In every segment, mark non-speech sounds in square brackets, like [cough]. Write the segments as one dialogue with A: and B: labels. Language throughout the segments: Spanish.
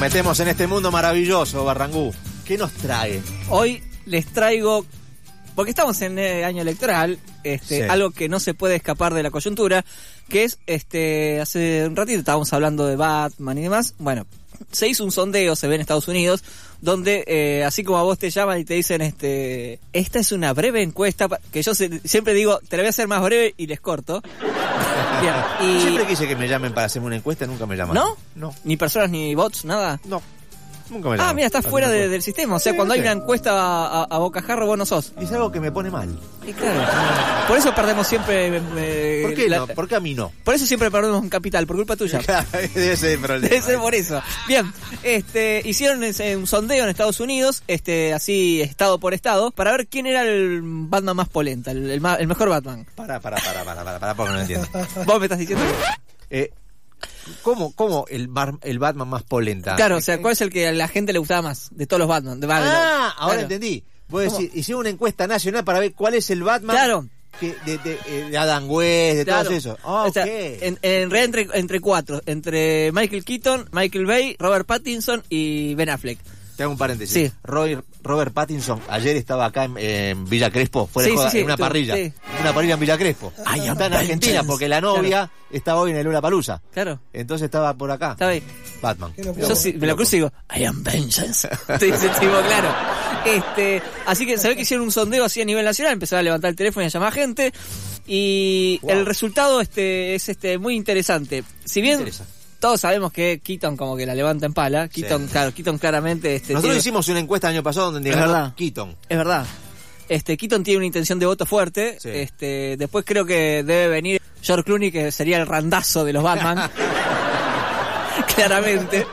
A: metemos en este mundo maravilloso, Barrangú. ¿Qué nos trae?
B: Hoy les traigo, porque estamos en el año electoral, este,
A: Sí.
B: algo que no se puede escapar de la coyuntura, que es, este, hace un ratito estábamos hablando de Batman y demás. Bueno, se hizo un sondeo, se ve en Estados Unidos, donde eh, así como a vos te llaman y te dicen, este, esta es una breve encuesta, pa- que yo se- siempre digo, te la voy a hacer más breve y
A: [laughs]
B: les corto. Bien, y-
A: Siempre quise que me llamen para hacerme una encuesta, nunca me llaman.
B: ¿No?
A: No,
B: Ni personas ni bots, nada.
A: no. Nunca me llaman.
B: Ah, mira, estás
A: Para
B: fuera
A: hacer
B: de-
A: una
B: del sistema. O sea,
A: Sí,
B: cuando hay
A: sí.
B: una encuesta a, a- a bocajarro, vos no sos.
A: encuesta. Es algo que me pone mal.
B: Y claro. Por eso perdemos siempre. eh,
A: ¿Por qué
B: la-
A: no? ¿Por qué a mí
B: [laughs]
A: no?
B: por eso siempre perdemos un capital, por
A: [laughs]
B: culpa tuya.
A: Debe ser el problema.
B: [laughs]
A: ¿eh?
B: Debe ser por eso. Bien, este, hicieron ese- un sondeo en Estados Unidos, este, así estado por estado, para ver quién era el Batman más polenta, el, el ma- el
A: [laughs]
B: mejor Batman.
A: Para, para, para, para, para, para, porque no
B: [laughs]
A: entiendo.
B: Vos me estás diciendo.
A: Eh, ¿Cómo, cómo el, bar- el Batman más polenta?
B: Claro, o sea, ¿cuál es el que a la gente le gustaba más de todos los Batman? De Batman.
A: Ah, ahora
B: Claro.
A: entendí. Vos
B: ¿Cómo?
A: decís, hicieron una encuesta nacional para ver cuál es el Batman
B: Claro.
A: que, de, de, eh, de Adam West, de
B: Claro.
A: todos esos. Ah,
B: O sea,
A: ok.
B: en, en realidad entre, entre cuatro, entre Michael Keaton, Michael Bay, Robert Pattinson y Ben Affleck.
A: Te hago un paréntesis.
B: Sí.
A: Roy- Robert Pattinson ayer estaba acá en, en Villa Crespo, fuera de
B: Sí,
A: joda,
B: sí, sí,
A: en una
B: tú-
A: parrilla.
B: sí.
A: Una parrilla en Villa Crespo.
B: I am
A: Está en Argentina
B: vengeance.
A: porque la novia estaba hoy en el Lula Palusa.
B: Claro,
A: Entonces estaba por acá.
B: está bien.
A: Batman.
C: Qué locura.
B: Yo sí, me lo cruzo y digo, I am vengeance. [laughs] Estoy ese tipo, claro. Este, así que se ve que hicieron un sondeo así a nivel nacional, empezaron a levantar el teléfono y a llamar a gente. Y
A: Wow.
B: el resultado este, es este muy interesante. Si bien
A: interesa.
B: todos sabemos que Keaton como que la levanta en pala, Keaton, claro, Keaton claramente este,
A: Nosotros
B: tiene-
A: hicimos una encuesta el año pasado donde
B: Es
A: ganó
B: verdad.
A: Keaton.
B: Es verdad. Este, Keaton tiene una intención de voto fuerte.
A: Sí.
B: Este, después creo que debe venir George Clooney, que sería el randazo de
A: [laughs]
B: los Batman. [laughs] Claramente.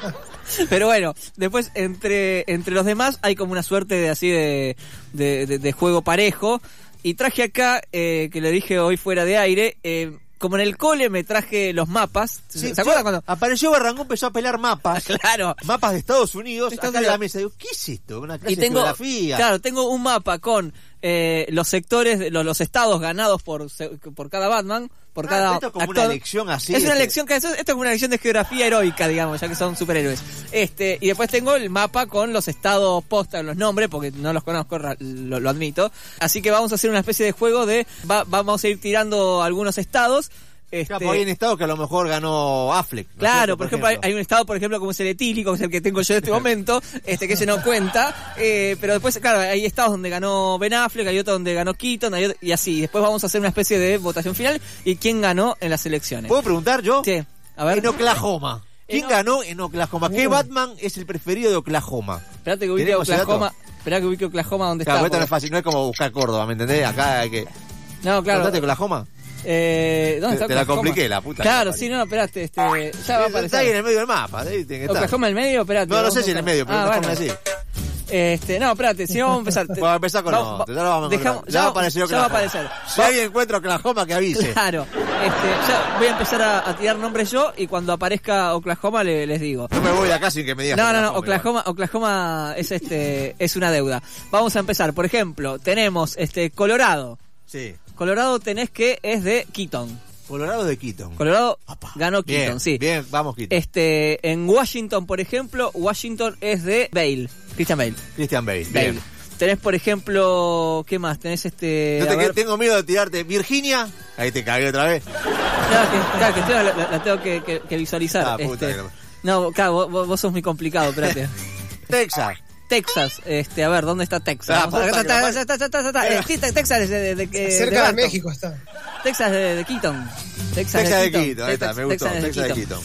B: Pero bueno, después entre, entre los demás hay como una suerte de así de, de, de- de juego parejo. Y traje acá, eh, que le dije hoy fuera de aire, eh, como en el cole me traje los mapas.
A: Sí,
B: ¿Se acuerdan
A: sí,
B: cuando?
A: Apareció Barrangón, empezó a pelar mapas.
B: [laughs] Claro.
A: Mapas de Estados Unidos.
B: Estados
A: acá en la
B: Unidos.
A: mesa. Digo, ¿qué es esto? Una clase
B: y tengo,
A: de geografía.
B: Claro, tengo un mapa con eh, los sectores, de- los, los estados ganados por, se- por cada Batman, por
A: Ah,
B: cada
A: esto es como una elección así,
B: Es una
A: este.
B: elección, que- esto esto es como una elección de geografía heroica, digamos, ya que son superhéroes. Este, y después tengo el mapa con los estados posta, los nombres, porque no los conozco, ra- lo, lo admito. Así que vamos a hacer una especie de juego de, va- vamos a ir tirando algunos estados. Este,
A: Claro, porque hay en estado que a lo mejor ganó Affleck. ¿no es
B: Claro,
A: cierto?
B: por ejemplo, hay, hay un estado, por ejemplo, como es el etílico, que es el que tengo yo en este momento, este que se no cuenta, eh, pero después, claro, hay estados donde ganó Ben Affleck, hay otro donde ganó Keaton, hay otro- y así. Después vamos a hacer una especie de votación final y quién ganó en las elecciones.
A: ¿Puedo preguntar yo?
B: Sí, a ver,
A: En Oklahoma. ¿Quién
B: En-
A: ganó en Oklahoma? ¿Qué Batman es el preferido de Oklahoma?
B: esperate que ubique
A: ¿tenemos ese
B: Oklahoma, esperá que ubique Oklahoma donde
A: Claro, esto
B: está.
A: no es fácil, no es como buscar Córdoba, ¿me entendés? Acá hay que.
B: porque- No, claro.
A: ¿Contaste Oklahoma?
B: Eh, ¿dónde
A: Te-
B: está
A: te la
B: Oklahoma?
A: compliqué, la puta que
B: Claro,
A: me
B: sí, no, esperaste, este, ya va a
A: Está ahí en
B: aparecer.
A: el medio del mapa. ahí tiene que estar.
B: Oklahoma en el medio, espérate.
A: No, no
B: vamos
A: sé
B: a
A: si en el
B: buscar.
A: medio, pero
B: Ah,
A: una forma
B: bueno.
A: así.
B: Este, no, espérate, si no vamos a empezar. Te-
A: Vamos a empezar con
B: vamos-
A: otro, ya lo vamos a
B: dejamos-
A: encontrar. ya va a aparecer
B: ya va a
A: Oklahoma.
B: aparecer.
A: Si alguien encuentra Oklahoma, que
B: [laughs]
A: avise.
B: Claro, este, ya voy a empezar a, a tirar nombres yo y cuando aparezca Oklahoma le- les digo.
A: No me voy de acá sin que me digas.
B: No, no, no,
A: igual.
B: Oklahoma, Oklahoma es este es una deuda. Vamos a empezar, por ejemplo, tenemos este Colorado.
A: Sí.
B: Colorado tenés que es de Keaton.
A: Colorado de Quito.
B: Colorado ganó
A: Bien,
B: Keaton, sí.
A: Bien, vamos Quito.
B: Este, en Washington, por ejemplo, Washington es de Bale, Christian Bale.
A: Christian Bale. Bien.
B: Bale. Tenés, por ejemplo, ¿qué más? Tenés este
A: No te-
B: a ver-
A: tengo miedo de tirarte. Virginia. Ahí te cagué otra vez.
B: Claro, que, claro, que tengo- la, la- la tengo que, que- que visualizar.
A: Ah, puta
B: este.
A: que la-
B: No, claro, vos- vos, vos sos muy complicado, espérate.
A: [laughs] Texas.
B: Texas, este, a ver, ¿dónde está Texas?
A: Ah,
B: Vamos
A: puta
B: a-
A: que la
B: ta- ta- ta- ta- ta- ta- ta- eh, sí, te- Texas es de, de- de- de- de
C: Cerca de
B: Barton.
C: México está.
B: Texas de, de Keaton. Texas,
A: Texas de
B: Keaton.
A: Quito. Ahí está,
B: Tex-
A: me gustó.
B: es
A: Texas de Quito.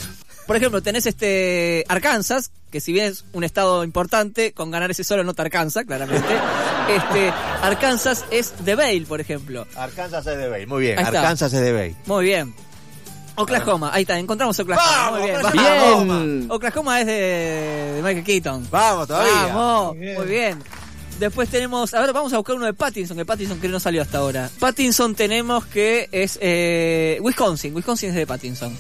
B: Por ejemplo, tenés este Arkansas, que si bien es un estado importante, con ganar ese solo no te
A: [laughs]
B: alcanza, claramente. Este, Arkansas es de Bale, por ejemplo.
A: Arkansas es de Bay, muy bien.
B: Ahí está.
A: Arkansas es de Bay.
B: Muy bien. Oklahoma, ahí está, encontramos Oklahoma.
A: ¡Vamos,
B: Muy bien.
A: Oklahoma!
B: Bien. Oklahoma es de, de Michael Keaton.
A: Vamos todavía.
B: Vamos,
C: Muy
B: muy bien.
C: bien.
B: Después tenemos, a ver, vamos a buscar uno de Pattinson, que Pattinson que no salió hasta ahora. Pattinson tenemos que es eh, Wisconsin, Wisconsin es de Pattinson.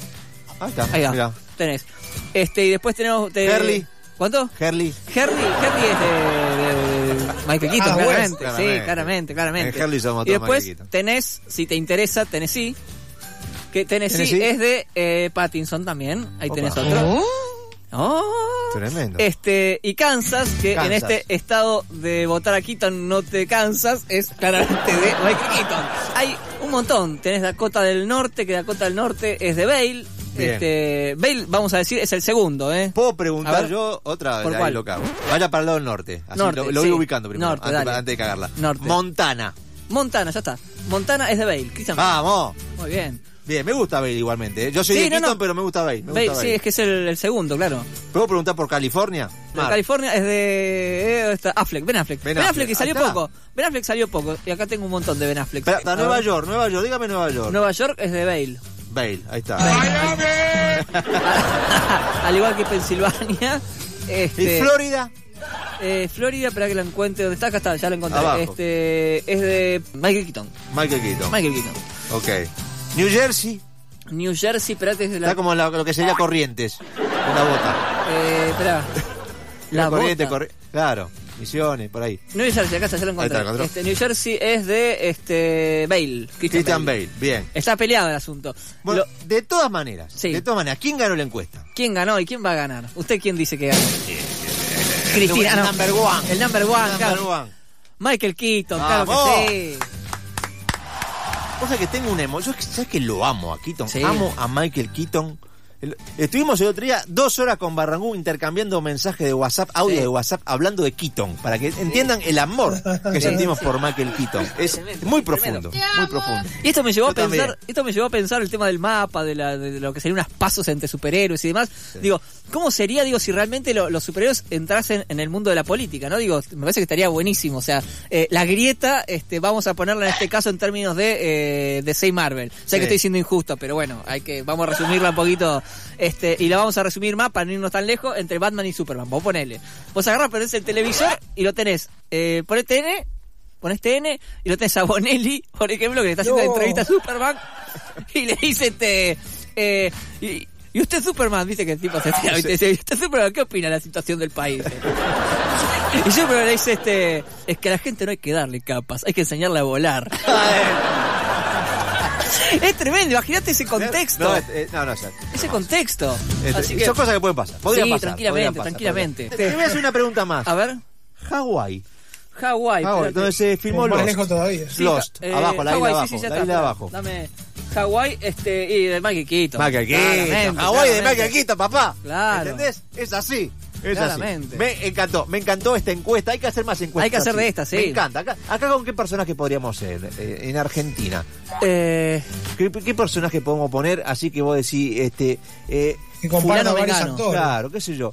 A: Ahí está.
B: Ahí va,
A: mirá.
B: tenés. Este, y después tenemos... de-
A: Hurley.
B: ¿Cuánto?
A: Herley.
B: Herley, Herley es de, de- de Michael Keaton,
C: Ah,
B: claramente.
A: West.
B: Sí, claramente, claramente.
A: En Herley somos
B: y
A: todos
B: después
A: Michael Keaton.
B: tenés, si te interesa, Tennessee. Que Tennessee,
A: Tennessee.
B: es de eh, Pattinson también. Ahí tenés
A: Opa.
B: otro. Oh.
A: Tremendo.
B: Este, y Kansas, que en
A: Kansas.
B: este estado de votar a Keaton no te cansas, es claramente de Michael Keaton. Hay un montón. Tenés Dakota del Norte, que Dakota del Norte es de Bale.
A: Bien.
B: Este, Bale, vamos a decir, es el segundo, ¿eh?
A: ¿Puedo
B: A
A: preguntar
B: ver.
A: yo otra vez?
B: ¿Por
A: Ahí
B: cuál?
A: lo cago. Vaya para el lado norte. Así
B: Norte,
A: lo, lo
B: sí.
A: voy ubicando primero.
B: Norte,
A: antes,
B: dale.
A: antes de cagarla.
B: Norte.
A: Montana.
B: Montana, ya está. Montana es de Bale. Christian Bale.
A: Vamos.
B: Muy bien.
A: Bien, me gusta Bale igualmente. ¿eh? Yo soy
B: Sí,
A: de
B: no,
A: Keaton,
B: no.
A: pero me gusta Bale. Me
B: Bale,
A: gusta
B: sí,
A: Bale.
B: es que es el, el segundo, claro.
A: ¿Puedo preguntar por California?
B: De
A: Mar.
B: California es de eh, está Affleck, Ben Affleck. Ben,
A: Ben
B: Affleck,
A: Affleck,
B: que salió
A: ahí está.
B: poco. Ben Affleck salió poco. Y acá tengo un montón de Ben Affleck.
A: Espera, está
B: A
A: Nueva
B: ver.
A: York, Nueva York. Dígame Nueva York.
B: Nueva York es
A: [laughs]
B: de Bale.
A: Bale, ahí está.
B: Al igual que Pensilvania.
A: ¿Y
B: Este,
A: Florida?
B: eh, Florida, espera que la encuentre. ¿Dónde está? Acá está, ya la encontré.
A: Abajo.
B: Este, es de Michael Keaton.
A: Michael Keaton.
B: Michael Keaton.
A: Ok. New Jersey.
B: New Jersey, espera, es de la. Ah.
A: Está como la- lo que sería Corrientes. Una bota.
B: eh,
A: [laughs]
B: espera. La
A: corriente,
B: bota.
A: Claro. Misiones, por ahí.
B: New Jersey, acá está, ya lo
A: Ahí
B: encontré.
A: está, lo encontró.
B: Este, New Jersey es de este, Bale. Christian,
A: Christian
B: Bale.
A: Bale, bien.
B: Está peleado el asunto.
A: Bueno,
B: Lo-
A: de todas maneras,
B: Sí.
A: de todas maneras, ¿quién ganó la encuesta?
B: ¿Quién ganó y quién va a ganar? ¿Usted quién dice que ganó? Cristina,
A: el
B: no.
A: number one.
B: El number one, claro.
A: Number one.
B: Michael Keaton, claro
A: Vamos.
B: que sí.
A: Cosa que tengo una emoción. Yo sabes que lo amo a Keaton.
B: Sí.
A: Amo a Michael Keaton. El- Estuvimos el otro día dos horas con Barrangú intercambiando mensajes de WhatsApp, audio
B: Sí.
A: de WhatsApp, hablando de Keaton, para que entiendan el amor que sentimos por Michael Keaton. Es
B: Tremendo,
A: muy
B: tremendo.
A: profundo, muy profundo.
B: Y esto me llevó
A: Yo
B: a pensar,
A: también.
B: esto me llevó a pensar el tema del mapa, de, la- de lo que serían unas pasos entre superhéroes y demás. Digo, ¿cómo sería, digo, si realmente lo- los superhéroes entrasen en el mundo de la política, no? Digo, me parece que estaría buenísimo. O sea, eh, la grieta, este, vamos a ponerla en este caso en términos de eh, DC y Marvel. Sé
A: Sí.
B: que estoy siendo injusto, pero bueno, hay que, vamos a resumirla un poquito, este, y la vamos a resumir más para no irnos tan lejos entre Batman y Superman. Vos ponele, vos agarrás, ponés el televisor y lo tenés, eh, ponés TN, ponés TN y lo tenés a Bonelli, por ejemplo, que le está haciendo
C: No.
B: entrevista a Superman y le dice este eh, y, y usted Superman dice que el tipo se
A: Ah,
B: tira, ¿viste? dice, "¿Y usted Superman qué opina de la situación del país y Superman le dice este es que a la gente no hay que darle capas hay que enseñarle a volar es tremendo imagínate ese contexto
A: No, eh, no, no, o sea,
B: ese contexto
A: este,
B: así que
A: Son cosas que pueden pasar. Podrían
B: Sí,
A: pasar,
B: tranquilamente,
A: podrían pasar,
B: tranquilamente.
A: podrían. Te voy a hacer una pregunta más.
B: a ver
A: Hawái. Hawái,
B: Hawái espérate.
A: donde se filmó
C: Más
A: Lost.
C: lejos todavía.
B: Sí,
A: Lost,
B: eh,
A: abajo, la isla
B: Hawái,
A: abajo,
B: sí, sí, ya
A: la
B: está,
A: isla
B: espera,
A: abajo.
B: Dame Hawái este, y de Michael Keaton.
A: Michael Keaton.
B: Claramente,
A: Hawái de
B: claramente.
A: Michael Keaton, papá.
B: Claro.
A: ¿Entendés? Es así. Es
B: Claramente.
A: así. Me encantó, me encantó esta encuesta. Hay que hacer más encuestas.
B: Hay que hacer
A: así.
B: de estas, sí.
A: Me encanta. Acá, acá con qué personaje podríamos ser eh, en Argentina.
B: Eh,
A: ¿Qué, qué personaje podemos poner? Así que vos decís, este. eh,
C: Que comparta
B: Fulano
C: varios
B: vegano.
C: actores.
A: Claro, qué sé yo.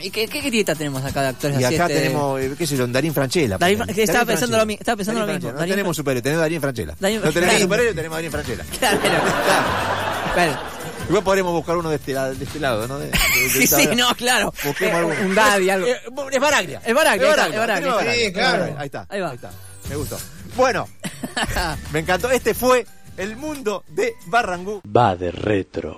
B: ¿Y qué, qué grieta tenemos acá de actores
A: Y
B: así,
A: acá
B: este,
A: tenemos, eh, qué sé yo, un Darín Franchella.
B: Darín
A: ponele.
B: Fra- estaba
A: Darín
B: pensando lo
A: Franchella.
B: mi- estaba pensando
A: Darín
B: lo mismo.
A: Franchella.
B: Darín
A: No tenemos superhéroe, tenemos Darín Franchella.
B: Darín-
A: No tenemos
B: Claro.
A: superhéroe, tenemos Darín Franchella.
B: [laughs] Claro. Bueno,
A: Igual podremos buscar uno de este, lado- de este lado, ¿no? De- de- de
B: sí,
A: esta-
B: sí, no, claro.
A: Busquemos
B: Eh,
A: algo.
B: un daddy, algo.
A: Eh, es Baraglia.
B: Es Baraglia,
A: Es
B: ahí
A: Baraglia,
B: está, es Baraglia.
A: tenemos
C: Sí,
A: es
C: claro.
A: Baraglia. Ahí está.
B: Ahí
A: Ahí,
B: va.
A: está. Me gustó.
B: [laughs]
A: Bueno, me encantó. Este fue el mundo de Barrangú.
D: va de retro.